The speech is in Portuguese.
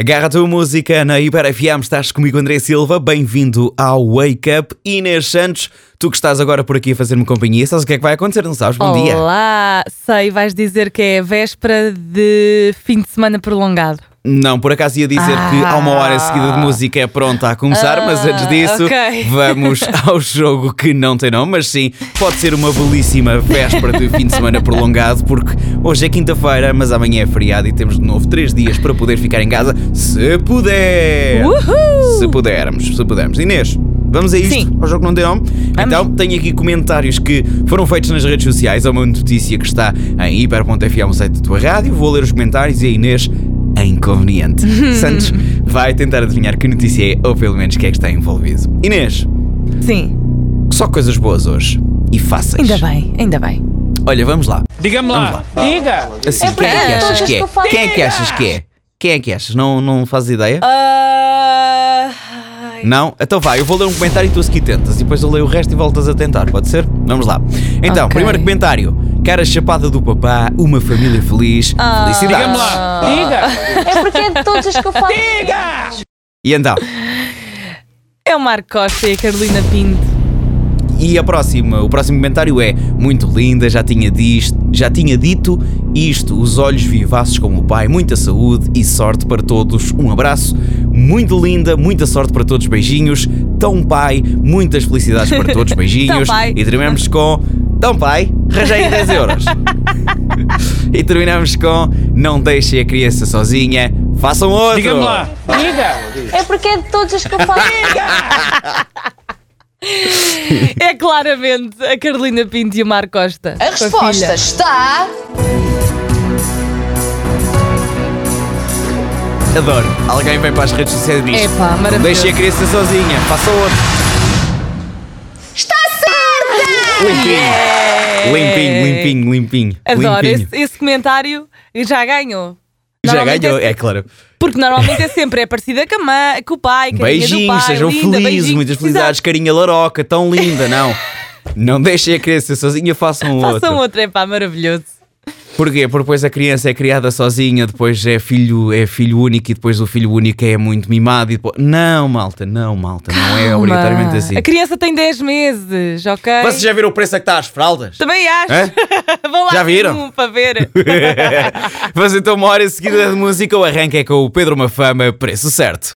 Agarra a tua música na Hiper FM, estás comigo André Silva, bem-vindo ao Wake Up. Inês Santos, tu que estás agora por aqui a fazer-me companhia, sabes o que é que vai acontecer, não sabes? Bom dia. Olá, sei, vais dizer que é véspera de fim de semana prolongado. Não, por acaso ia dizer que há uma hora seguida de música é pronta a começar, Ah, mas antes disso, ok. vamos ao jogo que não tem nome, mas sim, pode ser uma belíssima véspera de fim de semana prolongado, porque hoje é quinta-feira, mas amanhã é feriado e temos de novo três dias para poder ficar em casa, se puder. Uhul! É. Se pudermos, se pudermos. Inês, vamos a isto? Sim. Ao jogo não tem nome? Então, tenho aqui comentários que foram feitos nas redes sociais. É uma notícia que está em hiper.fm, o site da tua rádio. Vou ler os comentários e a Inês é inconveniente. Santos vai tentar adivinhar que notícia é, ou pelo menos que é que está envolvido. Inês, Sim, só coisas boas hoje. E fáceis. ainda bem, ainda bem. Olha, vamos lá. Diga-me lá. Diga. Assim, quem é que para achas todas que é? que eu falo. Quem é que achas que é? Quem é que achas? Não, não fazes ideia? Ah, ai. Não? Então vai, eu vou ler um comentário e tu aqui tentas. E depois eu leio o resto e voltas a tentar, pode ser? Vamos lá. Então, Ok. primeiro comentário. Cara chapada do papá, uma família feliz, Ah. felicidades. Diga-me lá. Diga. É porque é de todas as que eu falo. Diga. E então, É o Marco Costa e a Carolina Pinto. e a próxima, o próximo comentário é muito linda, já tinha disto, já tinha dito isto, os olhos vivaços como o pai, muita saúde e sorte para todos. Um abraço, muito linda, muita sorte para todos, beijinhos. Tão pai, muitas felicidades para todos, beijinhos. pai. E terminamos com Tão pai, rajei 10 euros. e terminamos com Não deixem a criança sozinha, façam outro. Diga-me lá. Diga. É porque é de todas as que eu falo. É claramente a Carolina Pinto e o Marco Costa. A Com resposta filha. está. Adoro. Alguém vem para as redes sociais e diz: Epá, Não maravilhoso. deixem a criança sozinha, façam outro. Está certa! Limpinho. Limpinho, limpinho, limpinho. Adoro, limpinho. esse, esse comentário já ganhou. Já Normalmente ganhou, é- é claro. Porque normalmente é sempre é parecida com a mãe, com o pai, carinha do pai, Beijinhos, sejam linda, felizes, beijinhos. muitas felicidades, carinha laroca, tão linda, não. Não deixem a criança sozinha, façam Exato. outro. Façam outro, é pá, maravilhoso. Porquê? Porque depois a criança é criada sozinha, depois é filho, é filho único e depois o filho único é muito mimado e depois... Não, malta, não, malta, não é obrigatoriamente Uma- assim. A criança tem 10 meses, ok? Vocês já viram o preço a que está às fraldas? Também acho. Hã? Vão lá Já viram? um para ver. Mas então uma hora seguida de música, o arranque é com o Pedro Mafama, preço certo.